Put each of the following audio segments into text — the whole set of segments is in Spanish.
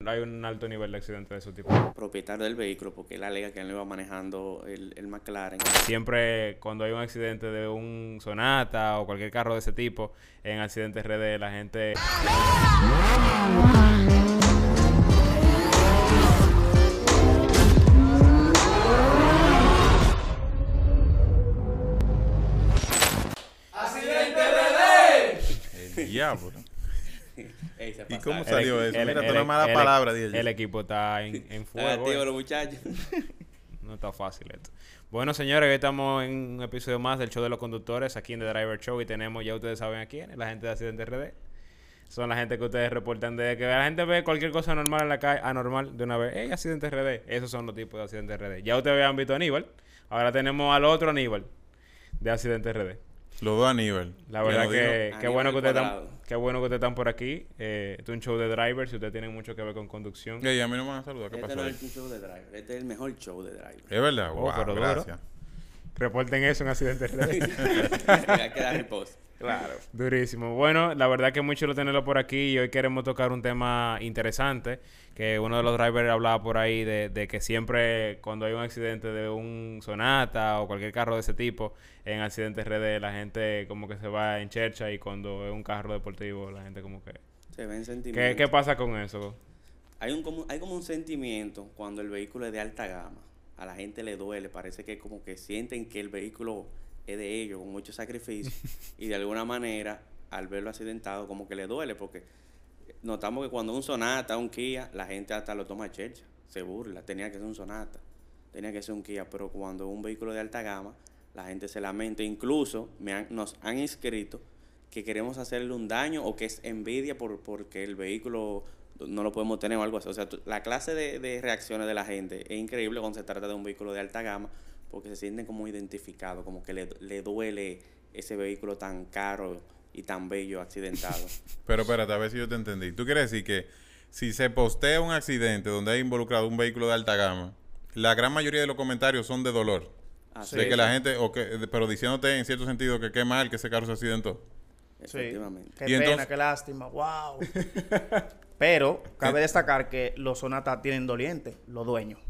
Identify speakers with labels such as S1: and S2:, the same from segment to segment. S1: no hay un alto nivel de accidentes de ese tipo.
S2: Propietario del vehículo, porque él alega que él no iba manejando el, el McLaren.
S1: Siempre cuando hay un accidente de un Sonata o cualquier carro de ese tipo, en accidentes redes la gente...
S3: El diablo.
S2: Ey, se
S3: ¿Y
S2: pasaron.
S3: cómo
S1: El
S3: salió
S1: equi-
S3: eso?
S1: el- e-
S3: Mira,
S1: el-
S3: toda una mala
S1: el-
S3: palabra, Diego.
S1: El equipo está en, en
S2: Está
S1: fuego.
S2: activo
S1: eh.
S2: los muchachos.
S1: No está fácil esto. Bueno, señores, hoy estamos en un episodio más del show de los conductores aquí en The Driver Show y tenemos, ya ustedes saben a quién, la gente de Accidente RD. Son la gente que ustedes reportan de que la gente ve cualquier cosa normal en la calle, anormal, de una vez. ¡Ey, Accidente RD! Esos son los tipos de Accidente RD. Ya ustedes habían visto a Aníbal. Ahora tenemos al otro Aníbal de Accidente RD.
S3: Los dos a nivel.
S1: La verdad
S3: Yo no digo-
S1: que qué
S2: Aníbal
S1: bueno que, ustedes están,
S2: Cuadrado.
S1: qué bueno que ustedes están por aquí. Eh, este es un show de drivers. Si ustedes tienen mucho que ver con conducción,
S3: Ey, a mí no me van a saludar. ¿Qué
S2: Este
S3: pasó
S2: no
S3: ahí?
S2: es el show de driver. Este es el mejor show de driver.
S3: Es verdad,
S1: Oh,
S3: wow,
S1: pero duro.
S3: gracias.
S1: reporten eso en Accidente RD.
S2: Hay que dar reposo.
S1: Claro. Durísimo. Bueno, la verdad que es muy chulo tenerlo por aquí y hoy queremos tocar un tema interesante que uno de los drivers hablaba por ahí de, de que siempre cuando hay un accidente de un Sonata o cualquier carro de ese tipo, en accidentes redes la gente como que se va en chercha y cuando es un carro deportivo la gente como que...
S2: Se ven sentimientos.
S1: ¿Qué, qué pasa con eso?
S2: Hay, un, como, hay como un sentimiento cuando el vehículo es de alta gama. A la gente le duele, parece que como que sienten que el vehículo es de ellos con mucho sacrificio y de alguna manera al verlo accidentado como que le duele porque notamos que cuando un Sonata, un Kia, la gente hasta lo toma a chercha, se burla, tenía que ser un Sonata, tenía que ser un Kia, pero cuando un vehículo de alta gama, la gente se lamenta, incluso me han- nos han escrito que queremos hacerle un daño o que es envidia por porque el vehículo no lo podemos tener o algo así. O sea, tú- la clase de, de reacciones de la gente es increíble cuando se trata de un vehículo de alta gama porque se sienten como identificados, como que le, le duele ese vehículo tan caro y tan bello accidentado.
S3: Pero espérate, a ver si yo te entendí. ¿Tú quieres decir que si se postea un accidente donde hay involucrado un vehículo de alta gama, la gran mayoría de los comentarios son de dolor?
S2: Así
S3: de que
S2: es.
S3: la gente, o que, pero diciéndote en cierto sentido que qué mal que ese carro se accidentó.
S4: Sí.
S2: Efectivamente.
S4: Qué
S3: Y
S4: pena,
S3: entonces-
S4: qué lástima. Wow. Pero cabe destacar que los sonatas tienen dolientes, los dueños.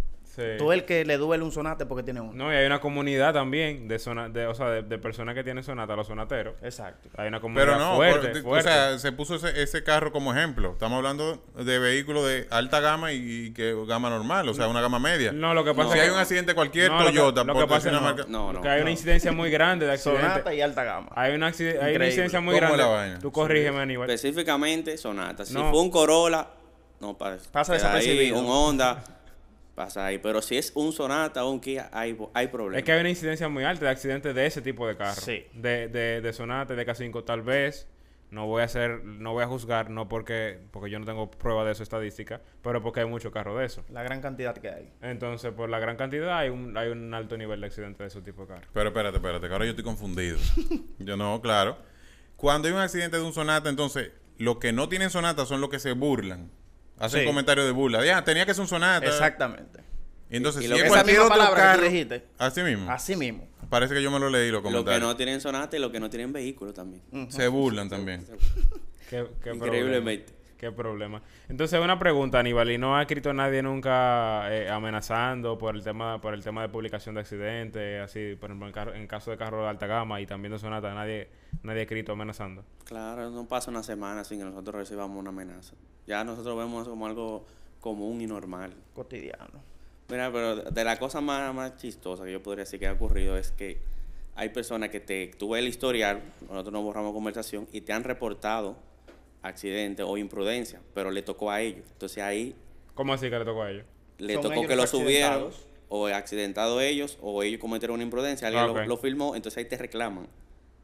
S4: Tú el que le duele un sonate porque tiene uno.
S1: No, y hay una comunidad también de, zona, de, o sea, de, de personas que tienen Sonata, los sonateros.
S4: Exacto.
S1: Hay una comunidad
S3: Pero no,
S1: fuerte,
S3: por- o
S1: fuerte.
S3: sea, se puso ese, ese carro como ejemplo. Estamos hablando de vehículos de alta gama y, y que gama normal, o sea, una gama media.
S1: no, lo que pasa
S2: No.
S1: es
S3: si
S1: que-
S3: hay un accidente cualquier
S1: No, lo que-
S3: Toyota,
S1: lo
S3: por
S1: que pasa
S3: decir una
S1: es-
S3: marca-
S2: No, no.
S1: que hay una incidencia muy grande de accidentes.
S4: Sonata y alta gama.
S1: Hay una, acci- hay una
S4: Increíble.
S1: incidencia muy
S3: ¿Cómo
S1: grande.
S3: la vaina?
S1: Tú corrígeme, Aníbal.
S2: Específicamente Sonata. Si
S1: No.
S2: fue un Corolla, no pasa.
S4: Pasa
S2: queda ahí,
S4: desapercibido.
S2: un Honda, pasa ahí. Pero si es un Sonata o un Kia, hay, hay problemas.
S1: Es que hay una incidencia muy alta de accidentes de ese tipo de carro.
S4: Sí.
S1: De, de, de Sonata, de K5, tal vez. No voy a hacer, no voy a juzgar, no porque, porque yo no tengo prueba de eso estadística, pero porque hay muchos carros de eso.
S4: La gran cantidad que hay.
S1: Entonces, por la gran cantidad, hay un, hay un alto nivel de accidentes de ese tipo de carro.
S3: Pero espérate, espérate, que ahora yo estoy confundido. yo no, claro. Cuando hay un accidente de un sonata, entonces, los que no tienen sonata son los que se burlan. Hacen
S4: Sí.
S3: comentarios de burla. Ya, tenía que ser un sonata.
S4: Exactamente.
S3: Y entonces,
S2: Y
S3: si
S2: lo
S3: es
S2: que-
S4: Esa
S3: cualquier
S4: misma
S3: otro
S4: palabra
S3: carro, Mm.
S4: que tú dijiste.
S3: Así mismo.
S4: Así mismo.
S3: Parece que yo me lo leí
S2: Los
S3: los
S2: que
S3: comentarios.
S2: no tienen Sonata y los que no tienen vehículo también.
S3: Se burlan también.
S1: Qué- qué
S2: Increíblemente.
S1: problema. Qué problema. Entonces, una pregunta, Aníbal, y no ha escrito nadie nunca eh, amenazando por el tema por el tema de publicación de accidentes, así, por ejemplo, en, carro- en caso de carro de alta gama y también de sonata, nadie nadie ha escrito amenazando.
S2: Claro, no pasa una semana sin que nosotros recibamos una amenaza. Ya nosotros vemos eso como algo común y normal.
S4: Cotidiano.
S2: Mira, pero de la cosa más, más chistosa que yo podría decir que ha ocurrido es que hay personas que te tuve el historial, nosotros no borramos conversación y te han reportado accidente o imprudencia, pero le tocó a ellos. Entonces ahí
S1: ¿Cómo así que le tocó a ellos?
S2: le
S4: Son
S2: tocó
S4: ellos
S2: que lo
S4: los
S2: subieron
S4: accidentados.
S2: o accidentado ellos o ellos cometieron una imprudencia, alguien
S1: Ah,
S2: lo-
S1: ok.
S2: lo, filmó, entonces ahí te reclaman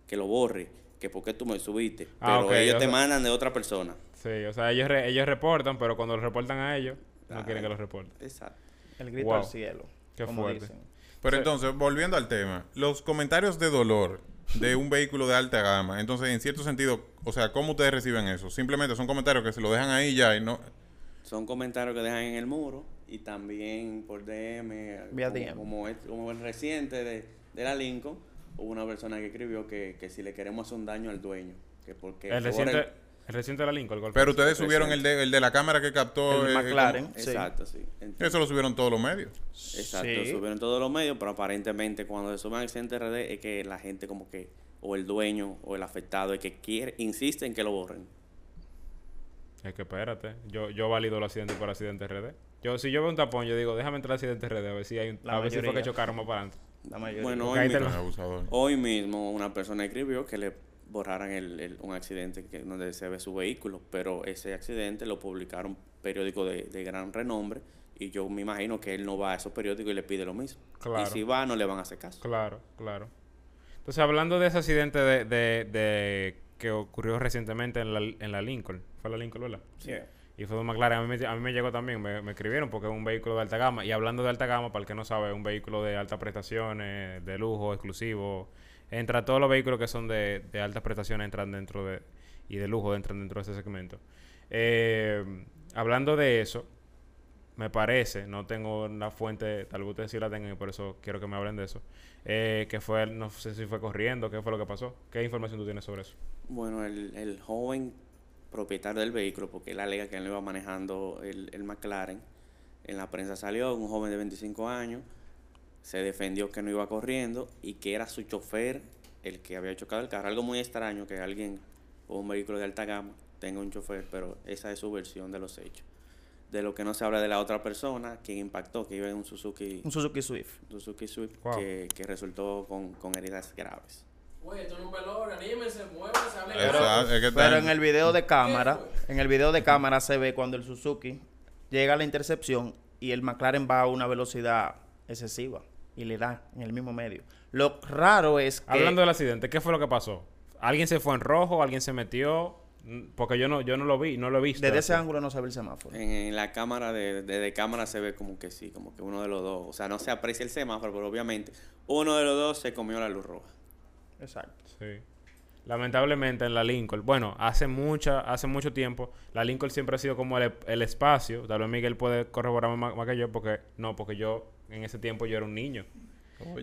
S2: que lo borre, que por qué tú me subiste, pero
S1: Ah, ok,
S2: ellos
S1: o
S2: te
S1: sea-
S2: mandan de otra persona.
S1: Sí, o sea, ellos re- ellos reportan, pero cuando los reportan a ellos, no
S2: Ah.
S1: quieren que los reporten.
S2: Exacto.
S4: El grito
S1: Wow.
S4: al cielo.
S1: Qué
S4: como
S1: fuerte.
S4: dicen.
S3: Pero
S1: Sí.
S3: entonces, volviendo al tema, los comentarios de dolor de un vehículo de alta gama, entonces, en cierto sentido, o sea, ¿cómo ustedes reciben eso? Simplemente son comentarios que se lo dejan ahí ya y no...
S2: Son comentarios que dejan en el muro y también por DM,
S4: Vía
S2: como,
S4: DM.
S2: como es- como el reciente de, de la Lincoln, hubo una persona que escribió que, que si le queremos hacer un daño al dueño, que porque
S1: El
S2: corre-
S1: reciente- El reciente de la Lincoln, el golpe.
S3: Pero ustedes subieron el de, el de la cámara que captó.
S4: El
S3: eh,
S4: McLaren. Sí.
S2: Exacto, sí. Ent-
S3: como- eso lo subieron todos los medios.
S2: Exacto,
S4: Sí.
S2: subieron todos los medios, pero aparentemente cuando se suben accidentes de redes es que la gente como que, o el dueño o el afectado, es que quiere, insiste en que lo borren.
S1: Es que espérate. Yo, yo valido los accidentes por accidente RD. Yo, si yo veo un tapón, yo digo, déjame entrar al accidente RD a ver si hay un,
S4: La
S1: a ver si fue que
S4: mayoría.
S1: chocaron más para adelante.
S4: La mayoría.
S2: Bueno,
S1: Ahí
S2: hoy,
S1: te
S2: mi-
S1: lo-
S3: Ah, abusador.
S2: hoy mismo una persona escribió que le borraran el, el- un accidente que, donde se ve su vehículo, pero ese accidente lo publicaron periódicos de, de gran renombre y yo me imagino que él no va a esos periódicos y le pide lo mismo.
S1: Claro.
S2: Y si va, no le van a hacer caso.
S1: Claro, claro. Entonces, hablando de ese accidente de, de- de- que ocurrió recientemente en la, en la Lincoln. Fue la Lincoln, ¿verdad?
S4: Sí.
S2: eh,
S1: Y fue un McLaren. A mí, me- a mí me llegó también, me, me escribieron porque es un vehículo de alta gama. Y hablando de alta gama, para el que no sabe, es un vehículo de altas prestaciones, de lujo, exclusivo. Entra todos los vehículos que son de, de altas prestaciones entran dentro de... Y de lujo entran dentro de ese segmento. Eh, hablando de eso, me parece, no tengo la fuente, tal vez ustedes sí la tengan y por eso quiero que me hablen de eso. Eh, que fue, no sé si fue corriendo, qué fue lo que pasó. ¿Qué información tú tienes sobre eso?
S2: Bueno, el, el joven propietario del vehículo, porque él alega que él iba manejando el, el McLaren, en la prensa salió un joven de 25 años, se defendió que no iba corriendo y que era su chofer el que había chocado el carro. Algo muy extraño que alguien o un vehículo de alta gama tenga un chofer, pero esa es su versión de los hechos. De lo que no se habla de la otra persona, quien impactó, que iba en un Suzuki,
S4: Un Suzuki Swift.
S2: Suzuki Swift,
S1: Wow.
S2: que, que resultó con, con heridas graves.
S5: Oye, esto no es un velor, anímense, muévanse, hablen.
S3: Exacto, es que está-
S4: Pero en el video de cámara, en el video de cámara se ve cuando el Suzuki llega a la intercepción y el McLaren va a una velocidad excesiva y le da en el mismo medio. Lo raro es que
S1: Hablando del accidente, ¿qué fue lo que pasó? ¿Alguien se fue en rojo? ¿Alguien se metió? Mm, Porque yo no, yo no lo vi, no lo he visto.
S4: desde ese ángulo no se ve el semáforo.
S2: En, en la cámara de, de, de cámara se ve como que sí, como que uno de los dos. O sea, no se aprecia el semáforo, pero obviamente uno de los dos se comió la luz roja.
S4: Exacto.
S1: Sí. Lamentablemente en la Lincoln, bueno, hace mucha, hace mucho tiempo, la Lincoln siempre ha sido como el, el espacio. Tal vez Miguel puede corroborarme más, más que yo, porque no, porque yo en ese tiempo yo era un niño.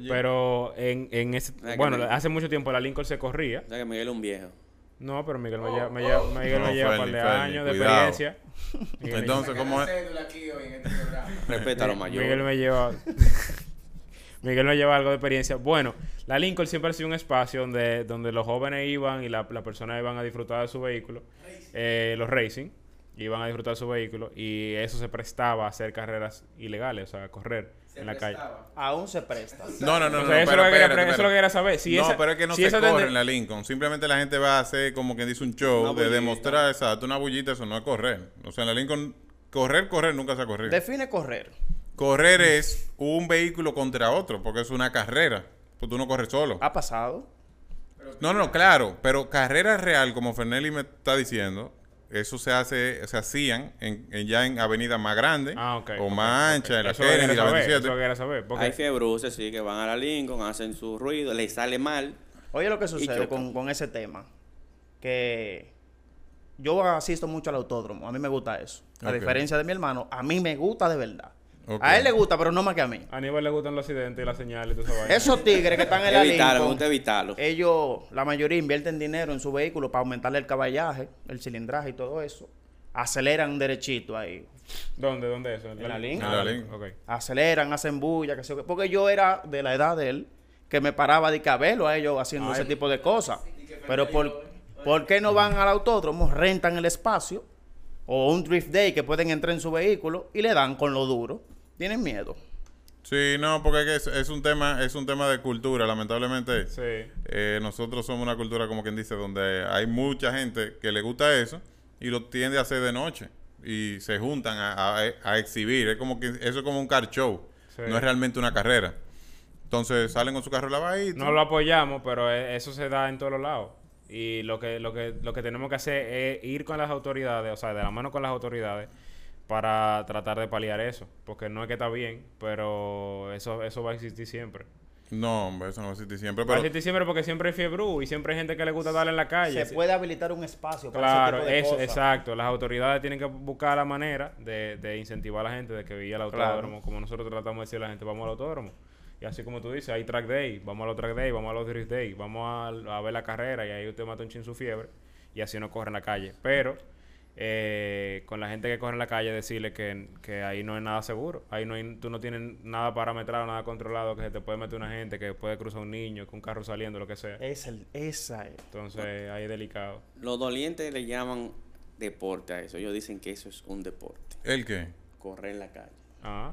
S1: Pero en, en ese,
S2: Ah, que
S1: bueno,
S2: me-
S1: hace mucho tiempo la Lincoln se corría.
S2: O sea, que Miguel es un viejo.
S1: No, pero Miguel me
S5: Oh,
S1: lleva, me
S5: oh.
S1: lleva, Miguel me
S3: No,
S1: lleva un par
S3: Feli,
S1: de
S3: Feli,
S1: años de
S3: cuidado.
S1: experiencia. Miguel me-
S3: Entonces, ¿cómo es?
S5: aquí hoy en este programa.
S2: Respeta a los
S1: Miguel
S2: mayores.
S1: me lleva. Miguel me lleva algo de experiencia. Bueno, la Lincoln siempre ha sido un espacio donde, donde los jóvenes iban y la- las personas iban a disfrutar de su vehículo. Eh, los racing iban a disfrutar de su vehículo y eso se prestaba a hacer carreras ilegales, o sea, a correr en la calle.
S4: Aún se presta.
S3: No, no, no, no,
S1: O sea, eso
S3: pero
S1: es lo que quería-
S3: espérate,
S1: eso es lo
S3: espérate.
S1: que quería saber. Si
S3: no,
S1: esa-
S3: pero es que no
S1: si
S3: se
S1: esa
S3: corre
S1: tende-
S3: en la Lincoln. Simplemente la gente va a hacer como quien dice un
S2: Una
S3: show de
S2: bullita.
S3: demostrar, exacto, una bullita, eso no es correr. O sea, en la Lincoln, correr, correr nunca se ha corrido.
S4: Define correr.
S3: correr es un vehículo contra otro, porque es una carrera. Pues tú no corres solo.
S4: Ha pasado.
S3: No, no, claro, pero carrera real, como Fernelli me está diciendo, eso se hace, se hacían en, en- ya en avenida más grande
S1: Ah, ok,
S3: o
S1: ok,
S3: más ancha, en la
S1: Eso lo
S3: Kennedy,
S1: quería saber,
S3: la
S1: eso lo
S3: 27.
S1: quería saber. porque-
S2: Hay fiebruces, sí, que van a la Lincoln, hacen su ruido, les sale mal.
S4: Oye lo que sucede
S2: choca.
S4: con, con ese tema. Que yo asisto mucho al autódromo. A mí me gusta eso. A
S3: Ok.
S4: diferencia de mi hermano, a mí me gusta de verdad.
S3: Ok.
S4: A él le gusta, pero no más que a mí.
S1: A Aníbal le gustan los accidentes y las señales y toda esa vaina.
S4: Esos tigres que están en
S2: Evitarlo,
S4: la
S2: me
S4: Lincoln, Eh.
S2: gusta evitarlo.
S4: ellos, la mayoría invierten dinero en su vehículo para aumentarle el caballaje, el cilindraje y todo eso. Aceleran derechito ahí.
S1: ¿Dónde? ¿Dónde eso?
S4: En la Lincoln.
S1: Ah,
S3: En la Lincoln.
S1: ok.
S4: Aceleran, hacen bulla, que sé yo qué. Porque yo era de la edad de él que me paraba de cabelo a ellos haciendo ese tipo de cosas. Pero por, ¿por qué no van al autódromo, rentan el espacio o un drift day que pueden entrar en su vehículo y le dan con lo duro? Tienen miedo.
S3: Sí, no, porque es, que es- es un tema, es un tema de cultura, lamentablemente.
S1: Sí.
S3: Eh, nosotros somos una cultura, como quien dice, donde hay mucha gente que le gusta eso y lo tiende a hacer de noche y se juntan a, a- a exhibir. Es como que eso es como un car show,
S1: Sí.
S3: no es realmente una carrera. Entonces salen con su carro lavadito.
S1: No lo apoyamos, pero e- eso se da en todos los lados. Y lo que, lo que, lo que tenemos que hacer es ir con las autoridades, o sea, de la mano con las autoridades, para tratar de paliar eso. Porque no es que está bien, pero eso, eso va a existir siempre.
S3: No, hombre, eso no va a existir siempre.
S1: va a
S3: Pero
S1: existir siempre porque siempre hay fiebre y siempre hay gente que le gusta darle en la calle.
S4: Se puede habilitar un espacio para
S1: Claro,
S4: ese tipo de
S1: eso,
S4: cosas.
S1: exacto. Las autoridades tienen que buscar la manera de, de incentivar a la gente de que vaya al autódromo, como nosotros tratamos de decir a la gente, vamos al autódromo. Y así como tú dices, hay track day, vamos a los track day, vamos a los drift day, vamos a, a ver la carrera y ahí usted mata un chin su fiebre y así no corre en la calle. Pero eh, con la gente que corre en la calle decirle que, que ahí no es nada seguro. Ahí no hay- tú no tienes nada parametrado, nada controlado, que se te puede meter una gente, que puede cruzar un niño, que un carro saliendo, lo que sea.
S4: Es el, esa es.
S1: Entonces ahí es delicado.
S2: Los dolientes le llaman deporte a eso. Ellos dicen que eso es un deporte.
S3: ¿El qué?
S2: Correr en la calle.
S1: Ah.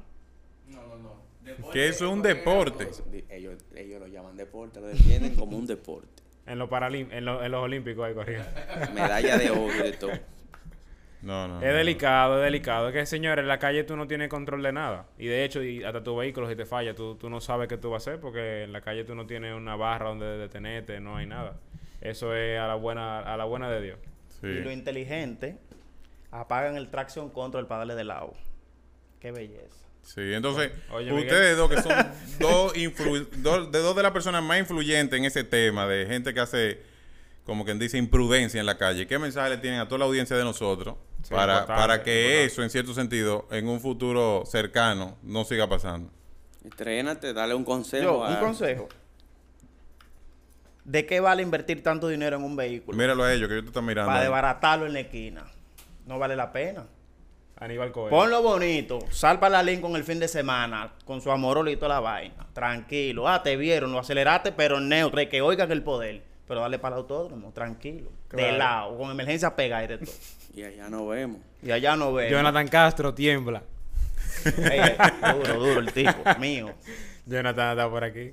S5: No, no, no.
S3: Que eso es un deporte.
S2: Eso, di- ellos, ellos lo llaman deporte, lo defienden como un deporte.
S1: En los paralim en, lo- en los olímpicos ahí corriendo.
S2: Medalla de oro y de todo.
S3: No, no.
S1: Es
S3: no.
S1: delicado, es delicado. Es que, señores, en la calle tú no tienes control de nada. Y de hecho, y hasta tu vehículo, si te falla, tú, tú no sabes qué tú vas a hacer porque en la calle tú no tienes una barra donde detenerte, no hay nada. Eso es a la buena, a la buena de Dios.
S3: Sí.
S4: Y lo inteligente, apagan el tracción contra el padre de lado. Qué belleza.
S3: Sí, entonces,
S1: Oye,
S3: ustedes dos que son dos, influ- dos- de dos de las personas más influyentes en ese tema, de gente que hace, como quien dice, imprudencia en la calle, ¿qué mensaje le tienen a toda la audiencia de nosotros
S1: Sí,
S3: para,
S1: importante,
S3: para que
S1: importante.
S3: eso, en cierto sentido, en un futuro cercano, no siga pasando?
S2: Entrénate, dale un consejo.
S4: Yo,
S2: a-
S4: un consejo. ¿De qué vale invertir tanto dinero en un vehículo?
S3: Míralo a ellos, que yo te estoy mirando.
S4: Para
S3: ahí.
S4: desbaratarlo en la esquina. No vale la pena.
S1: Aníbal Coelho.
S4: Ponlo bonito, salva la Lincoln el fin de semana, con su amorolito y toda la vaina. Tranquilo, ah, te vieron, lo aceleraste, pero neutro, y que oigan el poder. Pero dale para el autódromo, tranquilo.
S1: Claro.
S4: De lado, con emergencia pega y de todo.
S2: Y allá nos vemos.
S4: Y allá no ve.
S1: Jonathan Castro tiembla.
S4: duro, duro el tipo, mío.
S1: Jonathan está por aquí.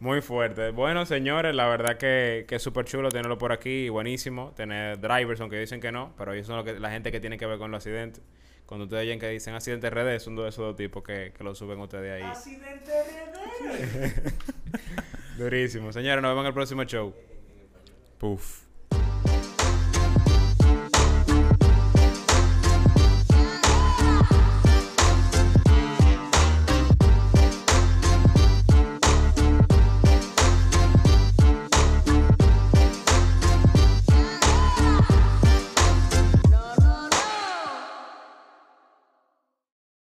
S1: Muy fuerte. Bueno, señores, la verdad que, que es súper chulo tenerlo por aquí. Buenísimo. Tener drivers, aunque dicen que no, pero ellos son lo que, la gente que tiene que ver con los accidentes. Cuando ustedes oyen que dicen accidente RD, son de esos dos tipos que, que lo suben ustedes ahí. ¡Accidente RD! Durísimo. Señores, nos vemos en el próximo show.
S3: Puf.